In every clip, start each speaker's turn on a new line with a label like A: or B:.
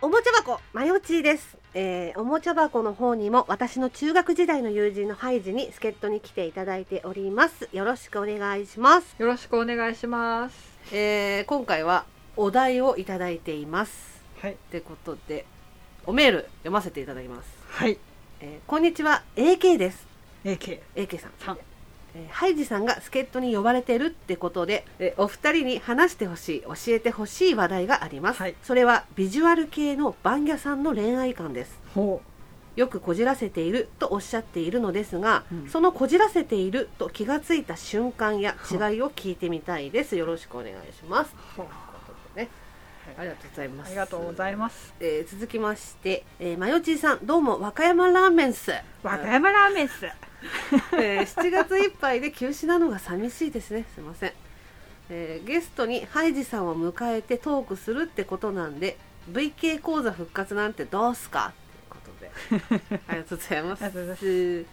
A: おもちゃ箱マヨチーです、えーおもちゃ箱の方にも私の中学時代の友人のハイジに助っ人に来ていただいておりますよろしくお願いします、
B: よろしくお願いします。
A: えー今回はお題をいただいています
B: はい。
A: ってことでおメール読ませていただきます、
B: はい。
A: えーこんにちは AK です
B: AK。
A: AK さん
B: さん
A: えーハイジさんが助っ人に呼ばれてるってことで、えーお二人に話してほしい教えてほしい話題があります、
B: はい
A: それはビジュアル系のバンギャさんの恋愛観です
B: ほ
A: よくこじらせているとおっしゃっているのですが、
B: うん
A: そのこじらせていると気がついた瞬間や違いを聞いてみたいですよろしくお願いします
B: う。ほう。
A: ね
B: はい
A: ありがとうございます
B: ありがとうございます。
A: えー続きまして、えー、マヨチーさんどうも和歌山ラーメンっす
B: 和歌山ラーメンっす。
A: えー7月いっぱいで休止なのが寂しいですねすいません、えーゲストにハイジさんを迎えてトークするってことなんで VK 講座復活なんてどうすかっていうことで ありがとうございま
B: ありがとうございます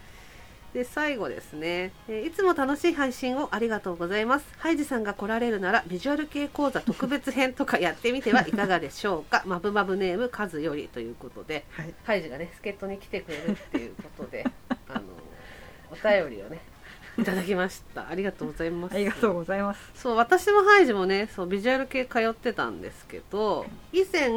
A: で最後ですね、えーいつも楽しい配信をありがとうございますハイジさんが来られるならビジュアル系講座特別編とかやってみてはいかがでしょう かマブマブネームカズよりということで
B: はい。
A: ハイジがね助っ人に来てくれるっていうこと であのお便りをねいただきましたありがとうございます
B: ありがとうございます。
A: そう私もハイジもねそうビジュアル系通ってたんですけど以前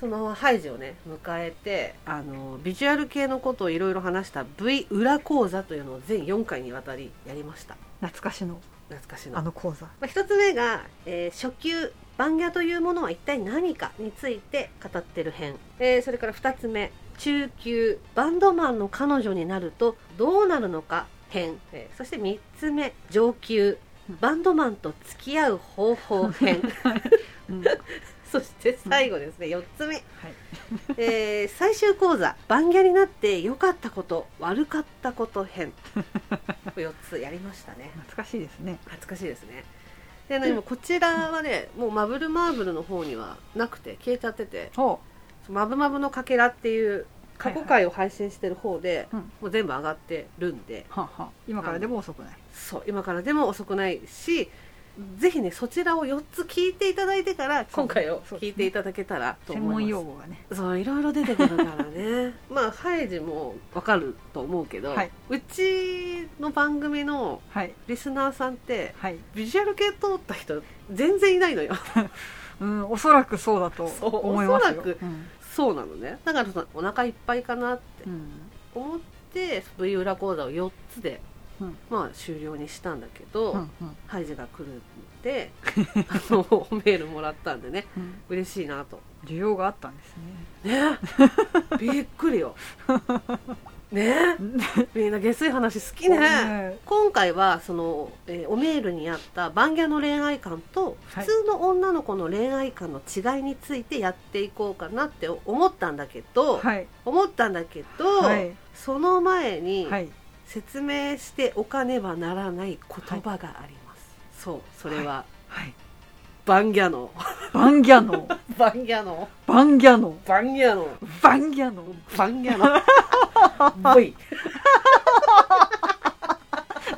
A: そのハイジをね迎えてあのビジュアル系のことをいろいろ話した V 裏講座というのを全4回にわたりやりました
B: 懐かしの
A: 懐かしの
B: あの講座。
A: まあ、一つ目が、えー初級バンギャというものは一体何かについて語ってる編、えーそれから二つ目中級バンドマンの彼女になるとどうなるのか編、えーそして三つ目上級バンドマンと付き合う方法編
B: うん。はい。
A: そして最後ですね四つ目、えー最終講座バンギャになって良かったこと悪かったこと編4つやりましたね
B: 懐かしいですね。
A: 懐かしいですねでね今こちらはねもうマブルマーブルの方にはなくて消えちゃってて
B: ほ
A: 「マブマブのかけら」っていう過去回を配信してる方で、
B: うん
A: もう全部上がってるんで
B: う。はあはあ。今からでも遅くない。
A: そう今からでも遅くないしぜひねそちらを4つ聞いていただいてから今回を
B: そうですね
A: 聞いていただけたらと思
B: 専
A: います
B: 門用語がね。
A: そういろいろ出てくるからね まあハイジもわかると思うけど、
B: はいう
A: ちの番組の
B: はい。
A: リスナーさんって
B: はい。
A: ビジュアル系通った人全然いないのよ
B: うん。おそらくそうだと
A: そう
B: 思います
A: お
B: よ。
A: そらく
B: うん。
A: そうなのねだからそのお腹いっぱいかなって
B: うん。
A: 思って V 裏講座を4つで、
B: うん
A: まあ終了にしたんだけど、
B: うんうん
A: ハイジが来るんで あのメールもらったんでね
B: うん。
A: 嬉しいなと
B: 需要があったんですね。
A: ねびっくりよねみんな下水話好 きね今回はその、えーおメールにあったバンギャの恋愛観と普
B: はい
A: 通の女の子の恋愛観の違いについてやっていこうかなって思ったんだけど、
B: はい。
A: 思ったんだけど、
B: はい。
A: その前に
B: はい。
A: 説明しておかねばならない言葉があります、そうそれは、
B: はい。
A: バンギャの
B: バンギャノー。
A: バンギャの
B: バンギャノー。
A: バンギャの
B: バンギャノー。
A: バンギャの V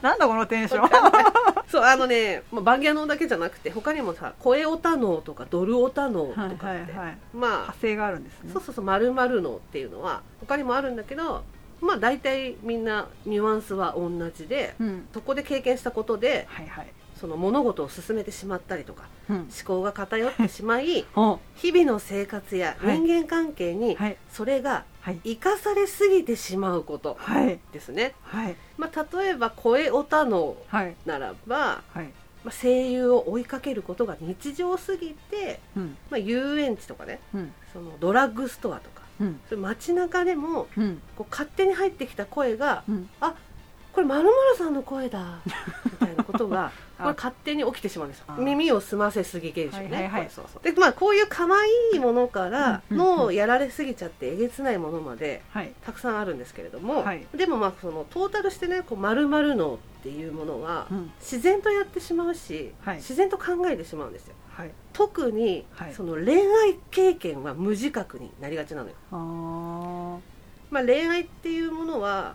B: なんだこのテンション。
A: そうあのね、まあ、バンギャノだけじゃなくて他にもさ声オタノとかドルオタノとか
B: は
A: っ
B: い
A: て、
B: はいはい。
A: まあ
B: 派生があるんですね
A: そう。そうそう「まるの」っていうのは他にもあるんだけどまあ大体みんなニュアンスは同じで
B: うん。
A: そこで経験したことで
B: はいはい。
A: その物事を進めてしまったりとか
B: うん。
A: 思考が偏ってしまい
B: お
A: 日々の生活や
B: はい
A: 人間関係に
B: はい
A: それが
B: はい
A: 生かされすぎてしまうこと
B: はい
A: ですね、
B: はい
A: まあ、例えば声オタの
B: はい
A: ならば、
B: はい。
A: まあ、声優を追いかけることが日常すぎて、
B: うん
A: まあ、遊園地とかね
B: うん
A: そのドラッグストアとか
B: うん
A: そういう街中でも
B: うん
A: こう勝手に入ってきた声が
B: うん。
A: これまるさんの声だみたいなことが
B: あ
A: これ勝手に起きてしまうんですよ
B: あ
A: 耳を澄ませすぎ現象ね、
B: はいはいはい
A: これそうそうでまあこういう可愛いものから
B: うんうんうん
A: のやられすぎちゃってえげつないものまで
B: はい
A: たくさんあるんですけれども、
B: はい
A: でもまあそのトータルしてねこう〇〇のっていうものは
B: うん
A: 自然とやってしまうし、
B: はい
A: 自然と考えてしまうんですよ
B: はい。
A: 特に
B: はい
A: その恋愛経験は無自覚になりがちなのよ
B: ああ
A: まあ、恋愛っていうものは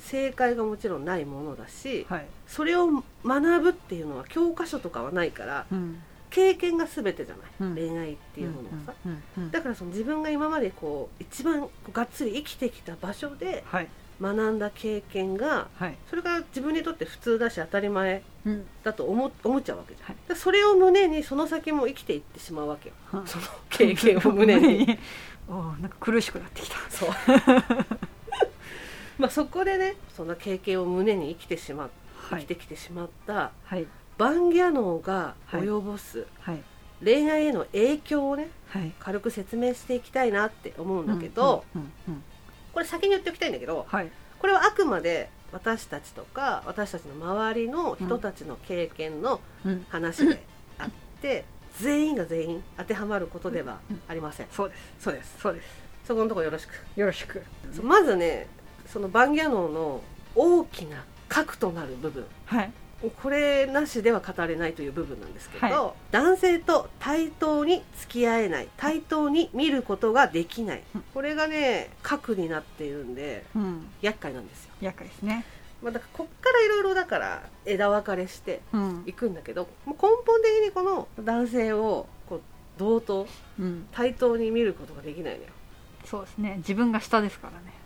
A: 正解がもちろんないものだし
B: はい
A: それを学ぶっていうのは教科書とかはないから
B: うん
A: 経験が全てじゃない、
B: うん
A: 恋愛っていうものはさ、
B: うんうん
A: だからその自分が今までこう一番こうがっつり生きてきた場所で
B: はい
A: 学んだ経験が
B: はい
A: それが自分にとって普通だし当たり前
B: うん
A: だと思思っちゃうわけじゃん、
B: はい
A: だからそれを胸にその先も生きていってしまうわけよ
B: は
A: その経験を胸 に
B: おーなんか苦しくなってきた
A: そう まあそこでねその経験を胸に生きてしまっ
B: は
A: 生きてきてしまった
B: はい
A: バンギャノーが及ぼす
B: はい
A: 恋愛への影響をね
B: はい
A: 軽く説明していきたいなって思うんだけど、
B: うんうんうんうん
A: これ先に言っておきたいんだけど
B: はい
A: これはあくまで私たちとか私たちの周りの人たちの経験の
B: うん
A: 話であって、全員が全員当てはまることではありません、
B: そうです
A: そうです
B: そうです
A: そこのところよろしく、
B: よろしく
A: そうまずねそのバンギャノーの大きな核となる部分
B: はい
A: これなしでは語れないという部分なんですけど、
B: は
A: 男性と対等に付き合えない対等に見ることができない
B: うん
A: これがね核になっているんで
B: うん
A: 厄介なんですよ、
B: 厄介ですね
A: まあ、だからこっからいろいろだから枝分かれして
B: うん
A: いくんだけどもう根本的にこの男性をこう同等
B: うん
A: 対等に見ることができないのよ
B: そうですね自分が下ですからね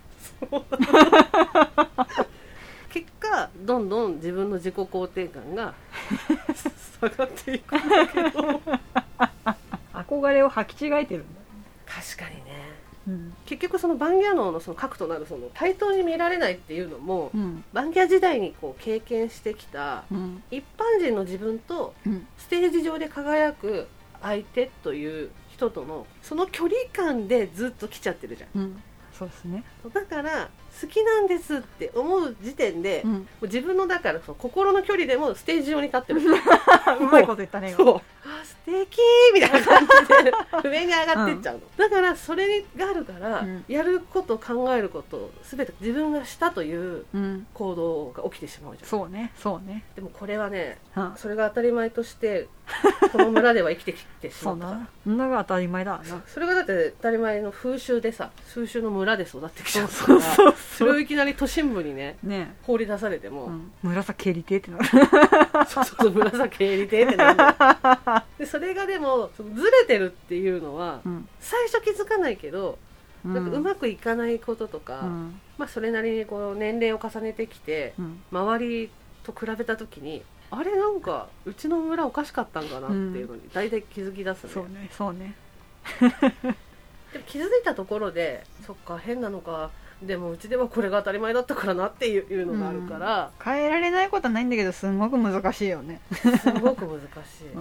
A: 結果どんどん自分の自己肯定感が下がってい く確
B: 憧れを履き違えてるんだ
A: かにね
B: うん
A: 結局そのバンギャノーのその核となるその対等に見られないっていうのも、
B: うん
A: バンギャ時代にこう経験してきた
B: うん
A: 一般人の自分と
B: うん
A: ステージ上で輝く相手という人とのその距離感でずっと来ちゃってるじゃん
B: うんそうですね
A: そうだから好きなんですって思う時点で、
B: う
A: も
B: ん
A: う自分のだからその心の距離でもステージ上に立ってる
B: うまいこと言ったね今
A: そうあ素敵みたいな感 じで上に上がってっちゃうの、だからそれがあるから、
B: うん
A: やること考えること全て自分がしたという
B: うん
A: 行動が起きてしまうじゃん
B: そうねそうね
A: でもこれはね
B: うん
A: それが当たり前としてこの村では生きてきてしま
B: そう
A: ったから
B: なそんなが当たり前だわ
A: そう
B: な
A: それがだって当たり前の風習でさ風習の村で育ってきちゃったか
B: そう
A: ら
B: そう
A: それをいきなり都心部にね
B: ね
A: 放り出されても、
B: うん紫蹴りてえってなる
A: そうそうそう紫襟でってなるのでそれがでもそのずれてるっていうのは
B: うん
A: 最初気づかないけど、
B: う
A: なんかうんまくいかないこととか、
B: うん
A: まあ、それなりにこう年齢を重ねてきて
B: うん
A: 周りと比べた時にあれなんかうちの村おかしかったんかなっていうのに大体気づき出すね、
B: そうねそうね
A: でも気づいたところでそっか変なのかでもうちではこれが当たり前だったからなっていういうのがあるから、
B: 変えられないことはないんだけどすごく難しいよね、
A: すごく難しい、
B: う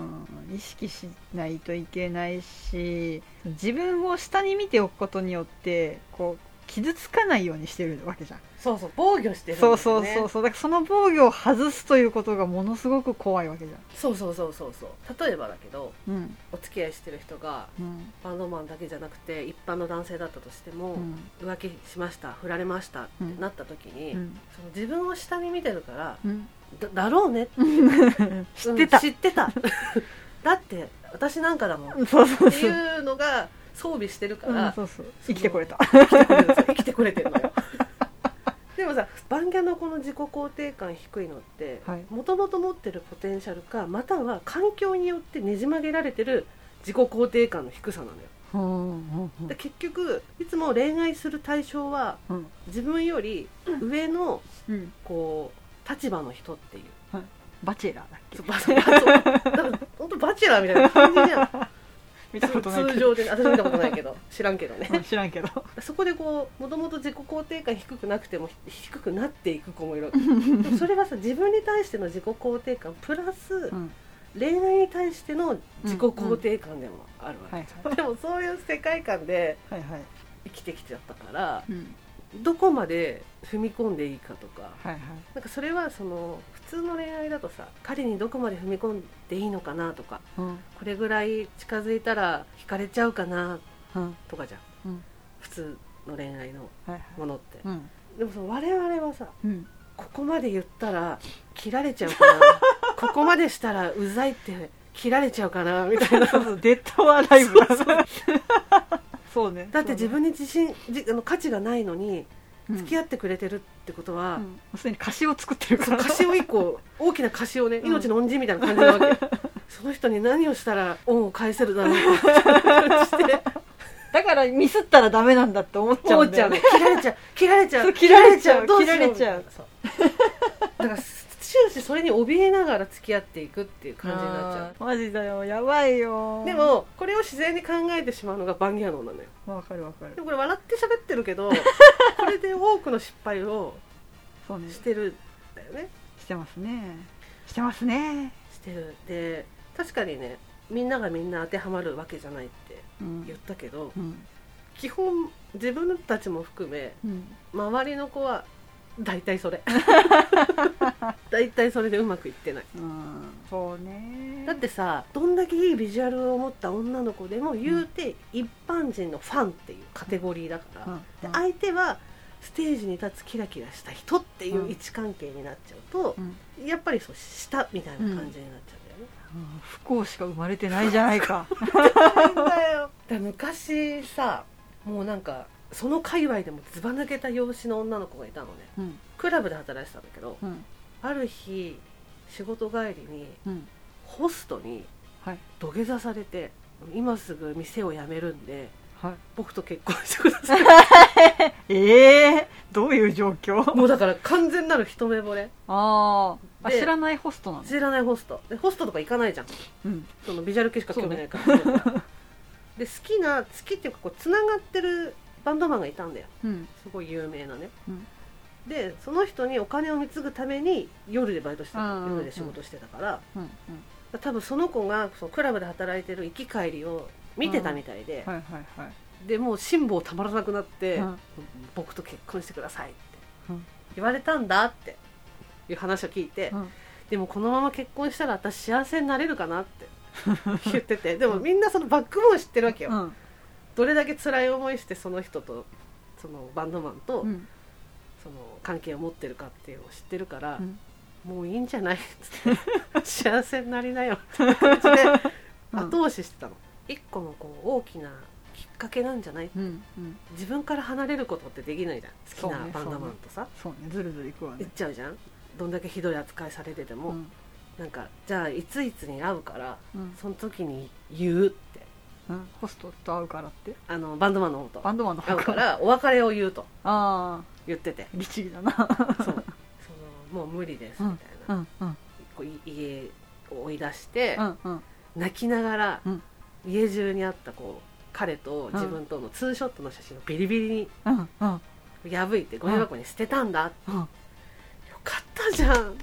B: ん、意識しないといけないし自分を下に見ておくことによってこう傷つかないようにしてるわけじゃん、
A: そうそう防御してるんだ
B: そ
A: よ
B: うそうそう
A: ね
B: そうだからその防御を外すということがものすごく怖いわけじ
A: そうそうそうそうそう例えばだけど
B: ゃんうん
A: お付き合いしてる人が
B: うん
A: バンドマンだけじゃなくて一般の男性だったとしても、
B: うん
A: 浮気しました振られましたってなった時に、
B: うん
A: その自分を下に見てるから
B: うん
A: だだろうねって
B: 知ってた、
A: うん知ってた だって私なんかだもんっ
B: そうそう
A: て
B: そう、うん、
A: いうのが装備してるから
B: そうそう生きてこれた
A: 生きてくれる生きてくれてるのよ でもさバンギャのこの自己肯定感低いのって
B: はい
A: もともと持ってるポテンシャルかまたは環境によってねじ曲げられてる自己肯定感の低さなのよ
B: うんうん
A: で結局いつも恋愛する対象は
B: うん
A: 自分より上の
B: うん
A: こう立場の人っていう
B: バチェラーだっけ
A: そうバチバチだから本当バチェラーみたいな感じじゃん
B: 見たことない
A: 通
B: け
A: 常
B: ど
A: で私見たことないけど知らんけどね
B: うん知らんけど
A: そこでこうもともと自己肯定感低くなくてもひ低くなっていく子もいるわけでもそれはさ自分に対しての自己肯定感プラス
B: うん
A: 恋愛に対しての自己肯定感でもあるわけ、
B: はい
A: でもそういう世界観で
B: はいはいはい
A: 生きてきちゃったから
B: うん
A: どこまで踏み込んでいいかとか
B: はいはい
A: なんかそれはその普通の恋愛だとさ彼にどこまで踏み込んでいいのかなとか
B: うん
A: これぐらい近づいたら惹かれちゃうかな
B: うん
A: とかじゃん、
B: うん
A: 普通の恋愛の
B: はいはい
A: ものって、
B: うん
A: でもその我々はさ
B: うん
A: ここまで言ったら切られちゃう かなここまでしたらうざいって切られちゃうかなみたいな
B: そうそうデッドはライブだそうね
A: だって自分に自信じあの価値がないのに付き
B: 合
A: 合ってくれてるってことは、
B: すでに歌詞を作ってる
A: そ
B: か
A: の
B: ら
A: 貸しを一個大きな貸しをね
B: うん
A: 命の恩人みたいな感じなわけ、その人に何をしたら恩を返せるだろうか して
B: だからミスったらダメなんだって思っちゃ
A: 思
B: う
A: っ
B: ん
A: ち
B: だ
A: ゃ
B: よ
A: う
B: ね
A: ね切られちゃう切られちゃ
B: そう
A: う
B: 切られちゃう
A: どしよ
B: 切られちゃう
A: そうだから終始それに怯えながら付き合っていくっていう感じになっちゃう
B: あーマジだよやばいよ
A: でもこれを自然に考えてしまうのがバンギャノンなのよ
B: わかるわかる
A: でもこれ笑って喋ってる けどこれで多くの失敗を
B: そうね
A: してるんだよね
B: してますねしてますね
A: してるで確かにねみんながみんな当てはまるわけじゃないって
B: うん
A: 言ったけど
B: うん
A: 基本自分たちも含め
B: うん
A: 周りの子は大体それ 大体それでうまくいってない
B: うんそうね
A: だってさどんだけいいビジュアルを持った女の子でも言うて一般人のファンっていうカテゴリーだから、
B: うん
A: で相手はステージに立つキラキラした人っていう位置関係になっちゃうと、
B: うん
A: やっぱりそうしたみたいな感じになっちゃう
B: うん不幸しか生まれてないじゃないか
A: んだよね。だよだ昔さもうなんかその界隈でもずば抜けた容姿の女の子がいたのね
B: うん
A: クラブで働いてたんだけど
B: うん
A: ある日仕事帰りに
B: うん
A: ホストに
B: はい
A: 土下座されて「今すぐ店を辞めるんで
B: はい
A: 僕と結婚してくだ さい」
B: ええどういう状況
A: もうだから完全なる一目惚れ
B: あーあ
A: で
B: 知らないホストなんだ、
A: 知らないホストでホストとか行かないじゃん
B: うん、
A: そのビジュアル系しか興味ないから、で好きな好きっていうかこうつながってるバンドマンがいたんだよ
B: うん
A: すごい有名なね、
B: うん
A: でその人にお金を貢ぐために夜でバイトしてた
B: うんうんうん
A: 夜で仕事してたから
B: うん
A: 多分その子がそのクラブで働いてる行き帰りを見てたみたいで、
B: はいはいはい
A: でもう辛抱たまらなくなって、
B: うん
A: 僕と結婚してくださいって
B: うん
A: 言われたんだっていう話を聞いて、
B: うん
A: でもこのまま結婚したら私幸せになれるかなって 言っててでもみんなそのバックボーン知ってるわけよ、
B: うん
A: どれだけ辛い思いしてその人とそのバンドマンと
B: うん
A: その関係を持ってるかっていうのを知ってるから、
B: うん
A: もういいんじゃないっつって 幸せになりなよって感じで
B: うん
A: 後押ししてたの、一個のこう大きなきっかけなんじゃない
B: うんうん
A: 自分から離れることってできないじゃん好き
B: そう
A: な
B: ね
A: バンドマンとさ、
B: そうねずるずるいくわ
A: 言
B: ね
A: っちゃうじゃんどんだけひどい扱いされてても、
B: うん
A: なんかじゃあいついつに会うから
B: うん
A: その時に言うって
B: うんホストと会うからって
A: あのバンドマンの方と
B: バンドマンの
A: 会
B: 方
A: うからお別れを言うと
B: ああ
A: 言ってて
B: 律儀だな
A: そうそのもう無理ですみたいな、
B: んうん
A: こうい家を追い出して、
B: うんうん
A: 泣きながら、
B: うん
A: 家中にあったこう彼と自分とのツーショットの写真をビリビリ
B: うんうん
A: に破いてゴミ箱に捨てたんだ、
B: うん
A: よかったじゃん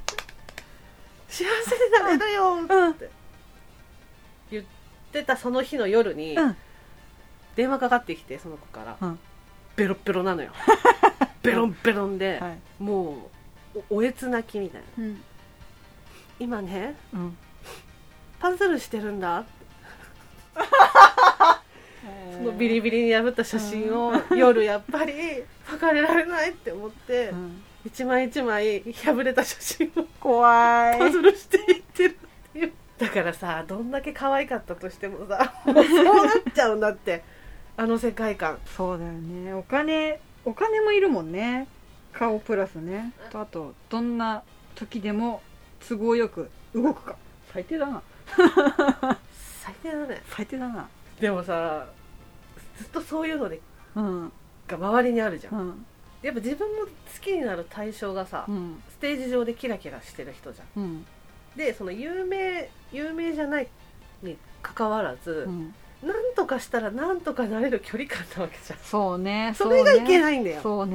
A: 幸せになれるよ
B: うん
A: 言ってたその日の夜に、
B: うん
A: 電話かかってきてその子から、
B: うん
A: ベロッベロなの よベロンベロンで、
B: はい
A: もうおおえつ泣きみたいな
B: うん
A: 今ね
B: うん
A: パズルしてるんだそのビリビ
B: ビ
A: リに破った写真を夜やっぱり別れられないって思って一枚一枚破れた写真を
B: 怖い
A: パズルしていってるっていうだからさどんだけ可愛かったとしてもさもうそうなっちゃうんだってあの世界観
B: そうだよねお金お金もいるもんね顔プラスねとあとどんな時でも都合よく動くか最低だな
A: 最低だね
B: 最低だな
A: でもさずっとそういうので
B: うん
A: が周りにあるじゃん
B: うん
A: やっぱ自分も好きになる対象がさ、
B: うん
A: ステージ上でキラキラしてる人じゃん
B: うん
A: でその有名有名じゃないに関わらず、
B: うん
A: なんとかしたらなんとかなれる距離感なわけじゃん
B: そうね
A: それがいけ
B: い
A: ないんだよそう,、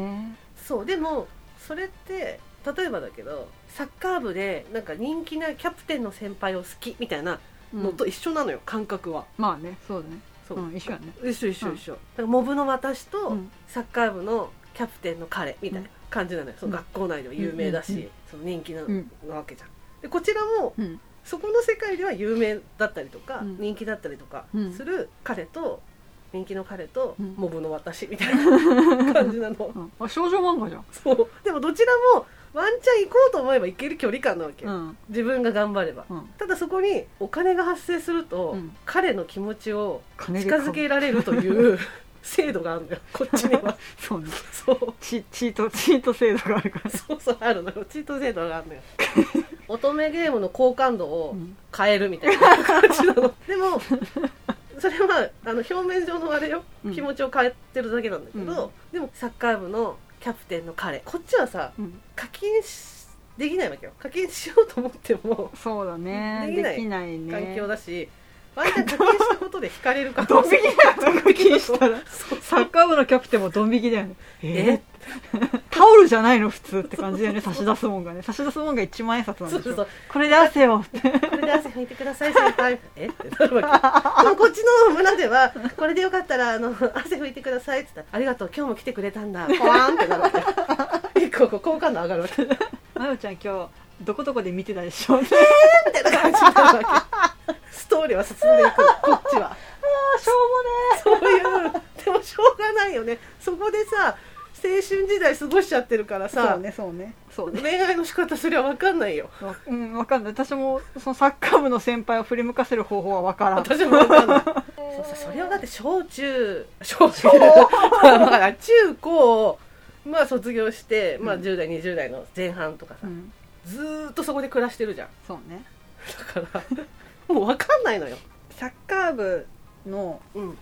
B: そうね
A: でもそれって例えばだけどサッカー部でなんか人気なキャプテンの先輩を好きみたいな
B: そうね
A: の
B: うん
A: と一緒なのよ、感覚は
B: まあねそうだね
A: そう、
B: うん一緒やね
A: 一緒一緒一緒、だからモブの私と、
B: うん
A: サッカー部のキャプテンの彼みたいな感じなのよ、その学校内でも有名だし、
B: うんうんうん
A: その人気な,、
B: うん
A: わけじゃんでこちらも
B: うん
A: そこの世界では有名だったりとか、
B: うん
A: 人気だったりとか
B: うん
A: する彼と人気の彼と、
B: うん
A: モブの私みたいな 感じなの
B: うんあ少女漫画じゃん
A: そうでもどちらもワンチャン行こうと思えば行ける距離感なわけ、
B: うん
A: 自分が頑張れば
B: うん
A: ただそこにお金が発生すると、
B: うん
A: 彼の気持ちを
B: 金で
A: 近
B: 買う
A: づけられるという制度があるの よこっちには
B: そう ね
A: そう
B: チチートチート制度があるから
A: そうそうあるのよチート制度があるのよ乙女ゲームの好感度を
B: うん
A: 変えるみたいな感じなの でもそれはあの表面上のあれよ
B: うん
A: 気持ちを変えてるだけなんだけど、
B: うん
A: でもサッカー部のキャプテンの彼こっちはさ
B: うん
A: 課金しできないわけよ課金しようと思っても
B: そうだね
A: でき
B: で
A: ない
B: きないね
A: 環境だし、ワンちゃん課金したことで惹かれる か
B: ドン
A: もし
B: 引き
A: れない
B: だよドン引きしたら
A: そう
B: サッカー部のキャプテンもドン引きだよね
A: え
B: タオルじゃないの普通って感じだよね差し出すもんがね差し出すもんが一万円札な ん
A: そう
B: で
A: そ
B: す
A: うそ
B: よ
A: う
B: これで汗をって
A: これで汗拭いてください先輩えってなるわけでもこっちの村ではこれでよかったらあの汗拭いてくださいって言ったらありがとう今日も来てくれたんだポワーンってなるわけ結構こう好感度上がるわけみ
B: まよちゃん今日どこどこで見てたでしょしょう
A: たいな感じになるわけストーリーは進んでいくこっちはそういうでもしょうがないよねそこでさ青春時代過ごしちゃってるから
B: そ
A: さ、
B: うねそうねそうね
A: 恋愛の仕方それは分かんないよ
B: わうん、わかんない私もそのサッカー部の先輩を振り向かせる方法はわからん
A: 私も分かん ないそうさそれをだって小中小中まあまあ中高まあ卒業して、まあ、
B: うん
A: 10代20代の前半とかさ、
B: うん、
A: ずーっとそこで暮らしてるじゃん
B: そうね
A: だから もう分かんないのよ、
B: サッカー部の
A: うん、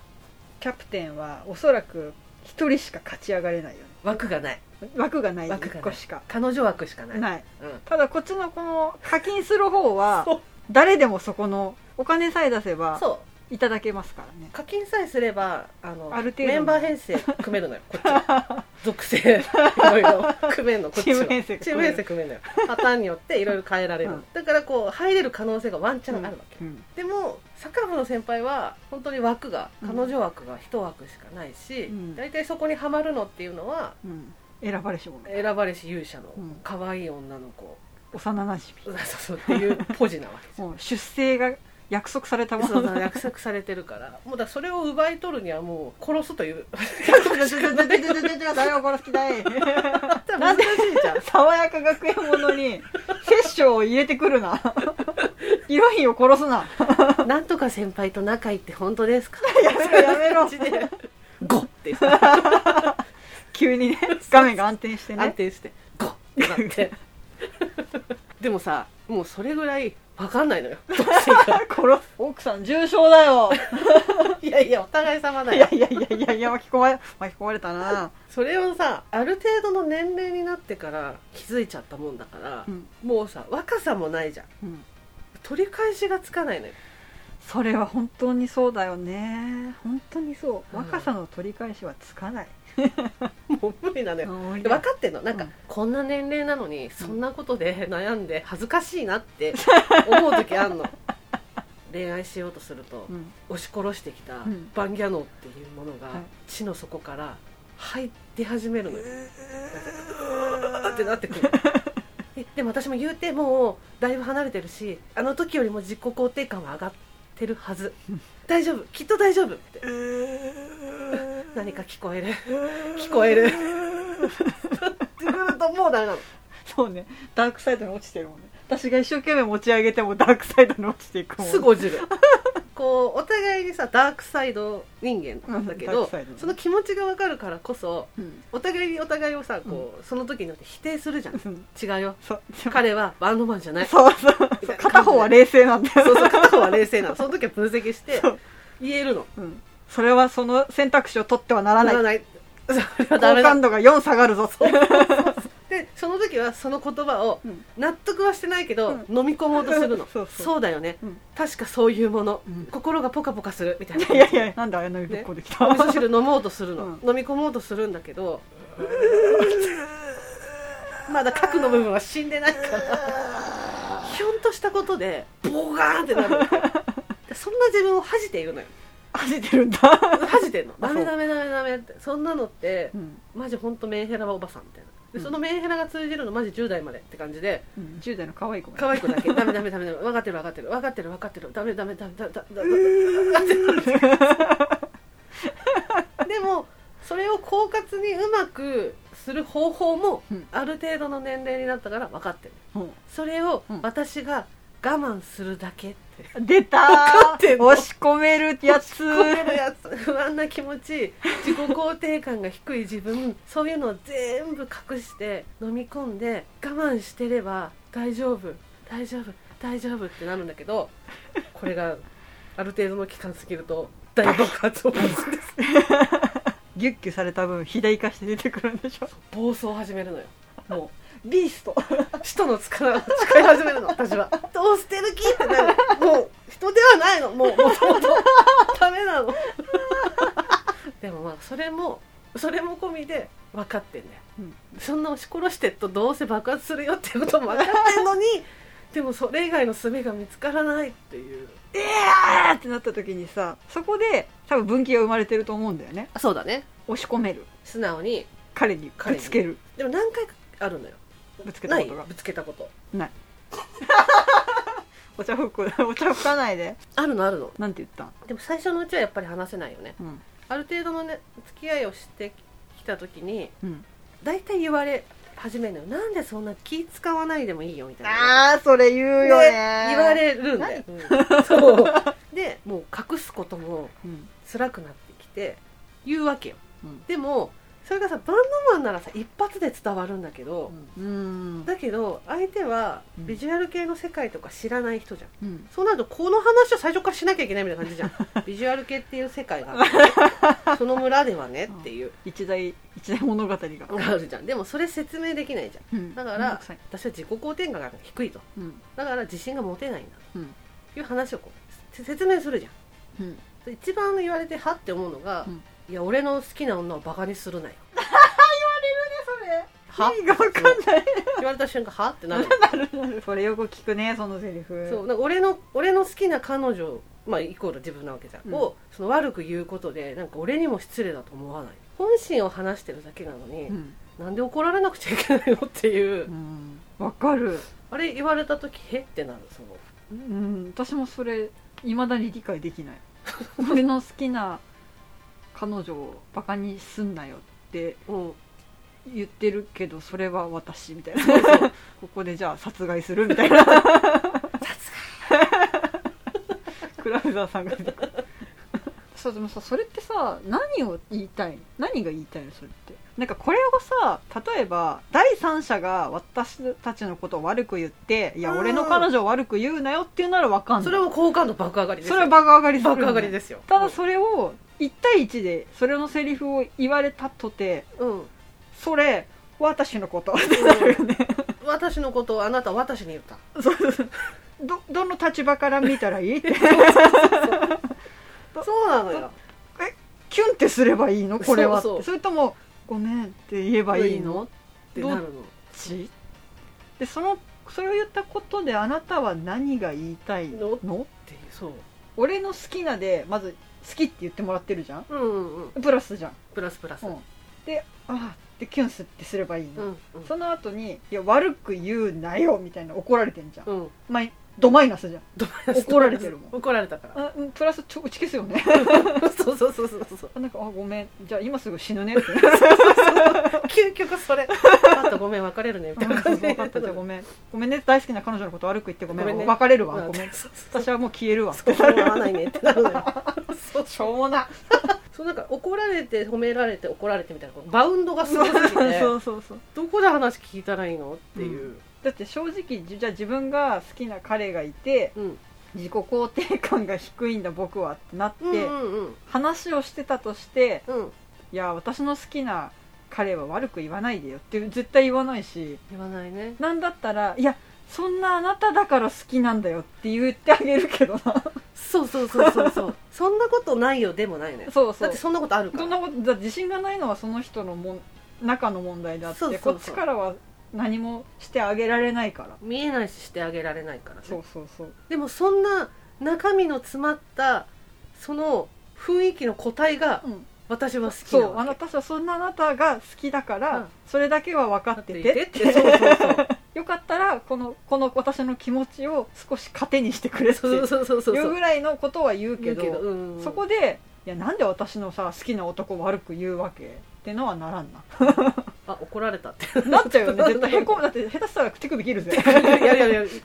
B: キャプテンはおそらく一人しか勝ち上がれないよ
A: 枠がない
B: ね枠がない
A: 枠がない
B: 1個しか
A: 彼女枠しかない
B: ない
A: うん
B: ただこっちのこの課金する方は
A: そう
B: 誰でもそこのお金さえ出せば
A: そう
B: いただけますからね
A: 課金さえすればあの
B: ある程度の
A: メンバー編成組めるのよこっちは 属性いろいろ組めるのこっちは
B: チーム編成が
A: チーム編成組めるのよパターンによっていろいろ変えられる、
B: うん
A: だからこう入れる可能性がワンチャンあるわけ、
B: うん
A: でもサッカー部の先輩は本当に枠が
B: うん
A: 彼女枠が一枠しかないし、
B: うん
A: 大体そこにはまるのっていうのは
B: うん選ばれし者
A: 選ばれし勇者の
B: うん
A: 可愛い女の子、
B: 幼なじ
A: そうそうっていうポジなわけ
B: みもう出生が約束されたも
A: そ
B: の
A: うそう
B: だ
A: 約束されてるからもうだからそれを奪い取るにはもう殺すと いう
B: 誰を殺す気だい
A: 難しいじゃん
B: 爽やか学園ものに殺生を入れてくるなヒロインを殺すな
A: なんとか先輩と仲いいって本当ですか
B: やめろやめろ
A: 感じでゴッってさ
B: 急にね画面が暗転して
A: 安
B: ね
A: 定してゴッってなって でもさもうそれぐらい分かんないのよどうしていいか
B: 殺す奥さん重傷だよ
A: いやいやお互い様だ
B: い
A: よ
B: やいやいやいやいや巻き込まれ巻き込まれたな、
A: それをさある程度の年齢になってから気づいちゃったもんだから、
B: うん
A: もうさ若さもないじゃん
B: うん、
A: 取り返しがつかないのよ
B: それは本当にそうだよね本当にそう
A: うん
B: 若さの取り返しはつかない、
A: もう無理なのよ
B: うん
A: 分かってんのなんか、
B: うん
A: こんな年齢なのにそんなことで悩んで恥ずかしいな って思う時あんの恋愛しようとすると
B: うん
A: 押し殺してきた
B: うん
A: バンギャノーっていうものが
B: はい
A: 地の底から入って始めるのよ、うわーってなって くるえでも私も言うてもうだいぶ離れてるしあの時よりも自己肯定感は上がってるはず大丈夫きっと大丈夫って何か聞こえる聞こえるってくるともうダメなの
B: そうねダークサイドに落ちてるもんね私が一生懸命持ち上げてもダークサイドに落ちていくもん ね
A: すぐ落ちるこうお互いにさダークサイド人間なんだけ
B: うんダー
A: ど
B: クサイドね
A: その気持ちが分かるからこそ
B: うん
A: お互いにお互いをさこう、その時によって否定するじゃん
B: うん
A: 違うよ
B: そう
A: 彼はバンドマンじゃないそ
B: そうそうそう片方は冷静なんだよ
A: うそう片方は冷静な のその時は分析して
B: そう
A: 言えるの
B: うん、それはその選択肢を取ってはならない
A: ならないそれはダメだ
B: 好感度が4下がるぞ
A: でその時はその言葉を
B: うん
A: 納得はしてないけど、
B: う
A: 飲み込もうとするの
B: そうそう
A: だよね、
B: うん
A: 確かそういうもの、
B: うん
A: 心がポカポカするみたいない
B: やいやなんであやなみぶっこでき た、
A: お味噌汁飲もうとするの、
B: うん
A: 飲み込もうとするんだけどまだ核の部分は死んでないからひょんとしたことでボガーンってなるでそんな自分を恥じているのよ
B: 走ってるんだ、
A: 恥じてんのダ
B: あそう
A: メダメダメダメってそんなのって
B: うん
A: マジ本当メンヘラはおばさんみたいなで
B: うん
A: そのメンヘラが通じるのマジ10代までって感じで
B: うん、10代の可愛い子
A: 可
B: が
A: 愛い子だけダメダメダメダメ分かってる分かってる分かってる分かってるダメダメダメダメダメダメでもそれを狡猾にうまくする方法も
B: うん
A: ある程度の年齢になったから分かってる
B: うん
A: それを
B: うん
A: 私が我慢するだけって
B: 出た
A: かってん
B: ー
A: の
B: 押し込めるやつ
A: これのやつ不安な気持ち自己肯定感が低い自分そういうのを全部隠して飲み込んで我慢してれば大丈夫大丈夫大丈夫ってなるんだけどこれがある程度の期間過ぎると大爆発を起こすんです
B: ギュッギュされた分肥大化して出てくるんでしょ
A: 暴走を始めるのよも
B: ビースト
A: う使徒の力を 使い始めるの私はどう捨てる気ってなるもう人ではないのもうもともとダメなのでもまあそれもそれも込みで分かってんだよ、そんな押し殺してっとどうせ爆発するよっていうことも分かってんのにでもそれ以外の術が見つからないっていう
B: あーってなった時にさそこで多分分岐が生まれてると思うんだよね
A: あそうだね
B: 押し込める
A: 素直に
B: 彼にぶつける
A: でも何回かあるのよ
B: ぶつけた
A: な
B: こ
A: い
B: とが
A: ぶつけたこと
B: ないお茶吹くお茶吹かないで
A: あるのあるの
B: なんて言ったん
A: でも最初のうちはやっぱり話せないよね
B: うん
A: ある程度のね付き合いをしてきた時に
B: うん
A: 大体言われ始めるのよなんでそんな気使わないでもいいよみたいな
B: あーそれ言うよね
A: 言われるんだよ、うんそうでもう隠すことも
B: うん
A: 辛くなってきて言うわけよ
B: うん
A: でもそれがさバンドマンならさ一発で伝わるんだけど、
B: うん
A: だけど相手は
B: うん
A: ビジュアル系の世界とか知らない人じゃん
B: うん
A: そうなるとこの話を最初からしなきゃいけないみたいな感じ じゃんビジュアル系っていう世界があってねその村ではねっていう
B: 一大一大物語が
A: があるじゃんでもそれ説明できないじゃん
B: うん
A: だから
B: めんどくさい
A: 私は自己肯定感が低いと
B: うん
A: だから自信が持てないんだ
B: うん
A: という話をこうせ説明するじゃん
B: うん
A: 一番言われてはって思うのが、
B: うん
A: いや俺の好きな女をバカにする なよ
B: それ
A: は
B: 意味が分かんない
A: 言われた瞬間はってなる
B: それよく聞くね そのセリフ
A: そうなんか俺の俺の好きな彼女、まあ、イコール自分なわけじゃん、
B: うん
A: をその悪く言うことでなんか俺にも失礼だと思わない本心を話してるだけなのに、
B: うん
A: なんで怒られなくちゃいけないのっていう、
B: うんわかる
A: あれ言われた時へってなるその
B: うん私もそれいまだに理解で きない俺の好きな彼女をバカにすんなよって
A: うん
B: 言ってるけどそれは私みたいなここでじゃあ殺害するみたいな殺害 クラウザーさんが出てくるそうでもさそれってさ何を言いたいの何が言いたいのそれってなんかこれをさ例えば第三者が私たちのことを悪く言って「いや
A: うん
B: 俺の彼女を悪く言うなよ」っていうならわかんない
A: それはもう好感度爆上がりです
B: そ
A: よ
B: れはバカ上がりするよ
A: 爆
B: ね
A: 上がりですよ
B: ただそれを1対1でそれのセリフを言われたとて
A: うん、うん
B: それ私 のことってなるよね
A: 私のことをあなたは私に言った
B: そうそうそうどどの立場から見たらい いって
A: そうなのよ
B: キュンってすればいいのこれはって
A: そ
B: そう
A: そう
B: れとも「ごめん」って言えばいいの
A: っ
B: って
A: なるの
B: ちでそのそれを言ったことであなたは何が言いたいの
A: っていうそう
B: 俺の好きなでまず「好き」って言ってもらってるじゃん
A: うんうんうん
B: プラスじゃん、
A: プラスプラス
B: う
A: うん
B: ん、で「ああ」ってキュンスってすればいいの、
A: うん
B: その後に「いや悪く言うなよ」みたいな怒られてんじゃん、
A: うん
B: まあドマイナスじゃん
A: ドマイナス
B: 怒られてるもん
A: 怒られたから
B: あうんプラスちょ打ち消すよ ね
A: そうそうそうそうそう
B: あなんかあごめんじゃあ今すぐ死ぬねって
A: 究極それあとごめん別れるねみたいな感じ
B: 分かったじゃあごめんごめんね大好きな彼女のこと悪く言ってごめん
A: ごめんね
B: 別れる
A: う
B: わ
A: ん
B: ごめん
A: そうそう
B: 私はもう消える わ
A: そうそう合わないねってなるのよそう
B: しょうもな
A: そうなんか怒られて褒められて怒られてみたいなこうバウンドがすごすぎて
B: そうそうそう
A: どこで話聞いたらいいのっていう
B: だって正直じじゃあ自分が好きな彼がいて
A: うん
B: 自己肯定感が低いんだ僕はってなって、
A: うんうんうん
B: 話をしてたとして
A: うん
B: いや私の好きな彼は悪く言わないでよって絶対言わないし
A: 言わないね
B: なんだったらいやそんなあなただから好きなんだよって言ってあげるけどな
A: そうそうそうそうそう そんなことないよでもないね
B: そう
A: だって そんなことあるから
B: そんなことだって自信がないのはその人のもん中の問題であって
A: そうそうそう
B: こっちからは何もしてあげられないから
A: 見えないししてあげられないからね
B: そうそうそう
A: でもそんな中身の詰まったその雰囲気の個体が
B: うん
A: 私は好き
B: そ
A: な
B: うあ
A: わ
B: な
A: け
B: たはそんなあなたが好きだから、
A: うん
B: それだけは分かってて
A: って言ってそうそうそう
B: よかったらこのこの私の気持ちを少し糧にしてくれって
A: そうそうそうそうそう
B: いうぐらいのことは言うけど
A: 言ううんうん
B: そこで「いやなんで私のさ好きな男を悪く言うわけ?」ってのはならんな
A: あ怒られたって
B: なっちゃうよね絶対へ こむだって下手したら手首切るぜ
A: やるやるやる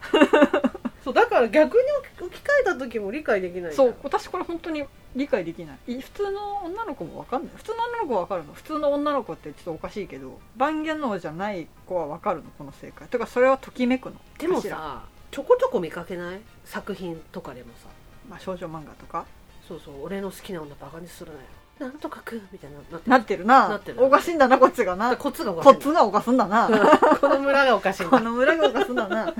A: そうだから逆に置き換えた時も理解できない
B: そう私これ本当に理解できないい普通の女の子も分かんない普通の女の子は分かるの普通の女の子ってちょっとおかしいけど万華能じゃない子は分かるのこの正解とかそれはときめくの
A: でも
B: かしら
A: さちょこちょこ見かけない作品とかでもさ
B: まあ、少女漫画とか
A: そうそう俺の好きな女バカにするなよなんとかくんみたいななって
B: なってるな
A: なってる
B: おかしいんだなこっちがな
A: コツがお
B: こ
A: か
B: っ
A: しい
B: ちがおかすんだな
A: この村がおかしいん
B: こ
A: だ
B: の村がおかすんだな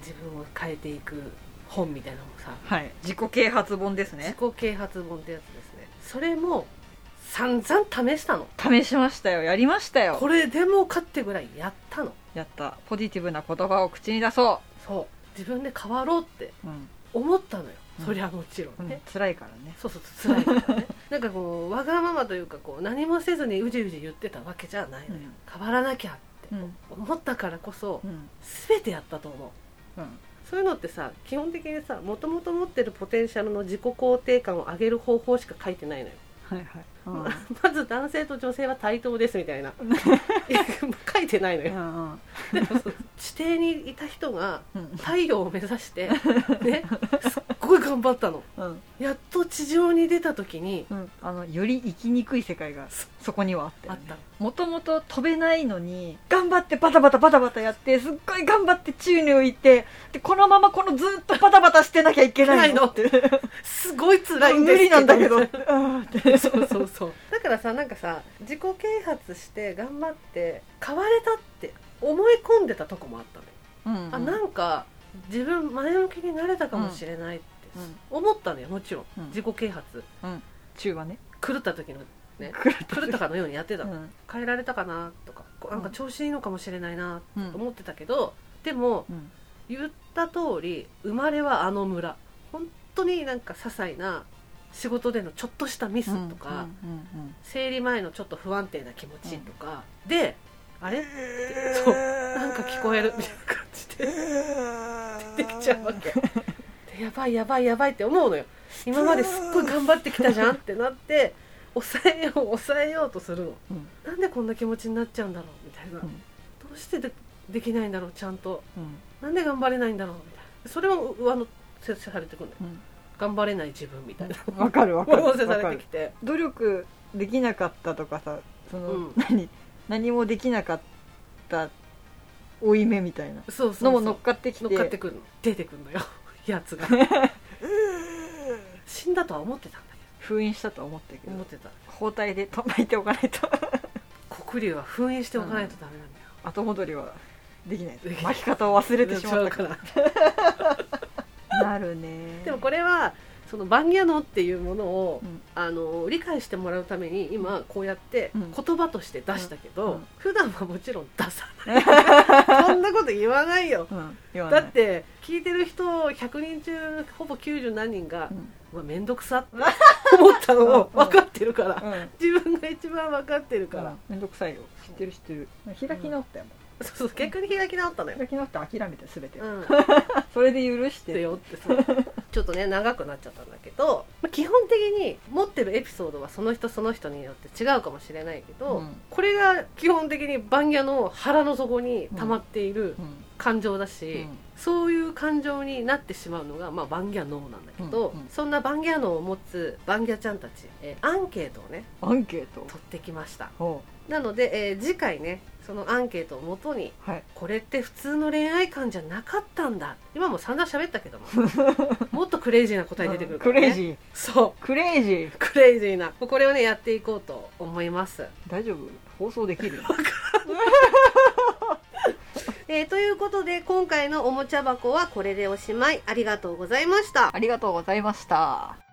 A: 自分を変えていく本みたいなのもさ
B: はい自己啓発本です
A: 自己啓発本ってやつですねそれも散々試したの
B: 試しましたよやりましたよ
A: これでもかってぐらいやったの
B: やったポジティブな言葉を口に出そ
A: そう自分で変わろうって
B: う、うん
A: 思ったのよ、
B: うん
A: そりゃもちろんね、
B: 辛いからね
A: そうそうそう辛いからねなんかこうわがままというかこう何もせずにうじうじ言ってたわけじゃないのよ、
B: うん
A: 変わらなきゃって
B: うん
A: 思ったからこそ
B: うん
A: 全てやったと思う
B: うん
A: そういうのってさ基本的にさもともと持ってるポテンシャルの自己肯定感を上げる方法しか書いてないのよ、
B: はいはいうんうん
A: まず男性と女性は対等ですみ たいないや書いてないのよ
B: うん
A: 地底にいた人が
B: うん
A: 太陽を目指 してねすっごい頑張ったの
B: うん
A: やっと地上に出た時に
B: うんあのより生きにくい世界が
A: そ
B: そこにはあった
A: あ
B: よ
A: っ
B: ね
A: た
B: もともと飛べないのに頑張ってバタバタバタバタやってすっごい頑張って宙に浮いてでこのままこのずっとバタバタしてなきゃいけないのって
A: すごい辛いん
B: 無
A: です
B: 理
A: け
B: な
A: ど
B: んだけどうんって
A: そうそうそうだからさなんかさ自己啓発して頑張って変われたって思い込んでたとこもあったのよ
B: うんうん
A: あなんか自分前向きになれたかもしれないって思ったのよもちろん、
B: うん
A: 自己啓発
B: 宙はね
A: 狂った時のね
B: 狂った
A: 狂ったかのようにやってた
B: う
A: の、
B: ん
A: 変えられたかなとかこうなんか調子いいのかもしれないな
B: う
A: と
B: ん
A: 思ってたけど、でも
B: うん
A: 言った通り生まれはあの村本当になんか些細な仕事でのちょっとしたミスとか、
B: うんうんうん
A: 生理前のちょっと不安定な気持ちとか、であれ
B: うん
A: そうなんか聞こえるみたいな感じで出てきちゃうわけ でやばいやばいやばいって思うのよ今まですっごい頑張ってきたじゃんってなって抑えよう抑えようとするの、
B: うん
A: なんでこんな気持ちになっちゃうんだろうみたいな、
B: うん
A: どうしてでできないんだろうちゃんと
B: うん
A: なんで頑張れないんだろうみたいなそれも上乗せされてくるのよ
B: うん
A: 頑張れない自分みたいな
B: わかるわか
A: 上
B: る
A: 乗せさ
B: わか
A: れて
B: る
A: きて
B: 努力できなかったとかさその、
A: うん
B: 何何もできなかった負い目みたいな
A: そうそうそう
B: のも乗っかってきて
A: 乗っかってくるの出てくるのよ やつが死んだとは思ってたんだ
B: 封印したとは思ったけ
A: けど
B: ど
A: 思ってた
B: 包帯で止めておかな いと
A: 黒龍は封印しておかないとダメなんだよ、
B: 後戻りはできない
A: できない
B: 巻き方を忘れてしまったか
A: から
B: らなるね
A: でもこれはそのバンギャノっていうものを、
B: うん
A: あの理解してもらうために今こうやって
B: うん
A: 言葉として出したけど、
B: うんうん
A: 普段はもちろん出さない そんなこと言わないよ
B: うん言わな
A: だ
B: い
A: って聞いてる人100人中ほぼ90何人が
B: うん
A: 「うわ面倒くさ」って思ったのを
B: うんうん
A: 分かってるから
B: うん
A: 自分が一番分かってる
B: だ
A: か
B: からら、面倒くさいよ知ってる知ってる開き直ったよ、も
A: そうそう逆に開き直ったの
B: う
A: よ、
B: 開き直って諦めて全てを、
A: うん、っ
B: それで許して
A: てよってそうちょっとね長くなっちゃったんだけど、まあ、基本的に持ってるエピソードはその人その人によって違うかもしれないけど、
B: うん
A: これが基本的にバンギャの腹の底に溜まっている
B: うん
A: 感情だし、
B: うん
A: そういう感情になってしまうのが、まあ、バンギャ脳なんだけど、
B: うんうん
A: そんなバンギャ脳を持つバンギャちゃんたち、えーアンケートをね
B: アンケート
A: 取ってきました
B: お
A: なので、えー次回ねそのアンケートをもとに
B: はい
A: これって普通の恋愛観じゃなかったんだ今も散々喋ったけ どももっとクレイジーな答え出てくる
B: クレイジ
A: ー
B: ー
A: そう
B: クレイジー
A: クレイジーなこれをねやっていこうと思います、
B: 大丈夫放送できる
A: えーということで今回のおもちゃ箱はこれでおしまいありがとうございました
B: ありがとうございました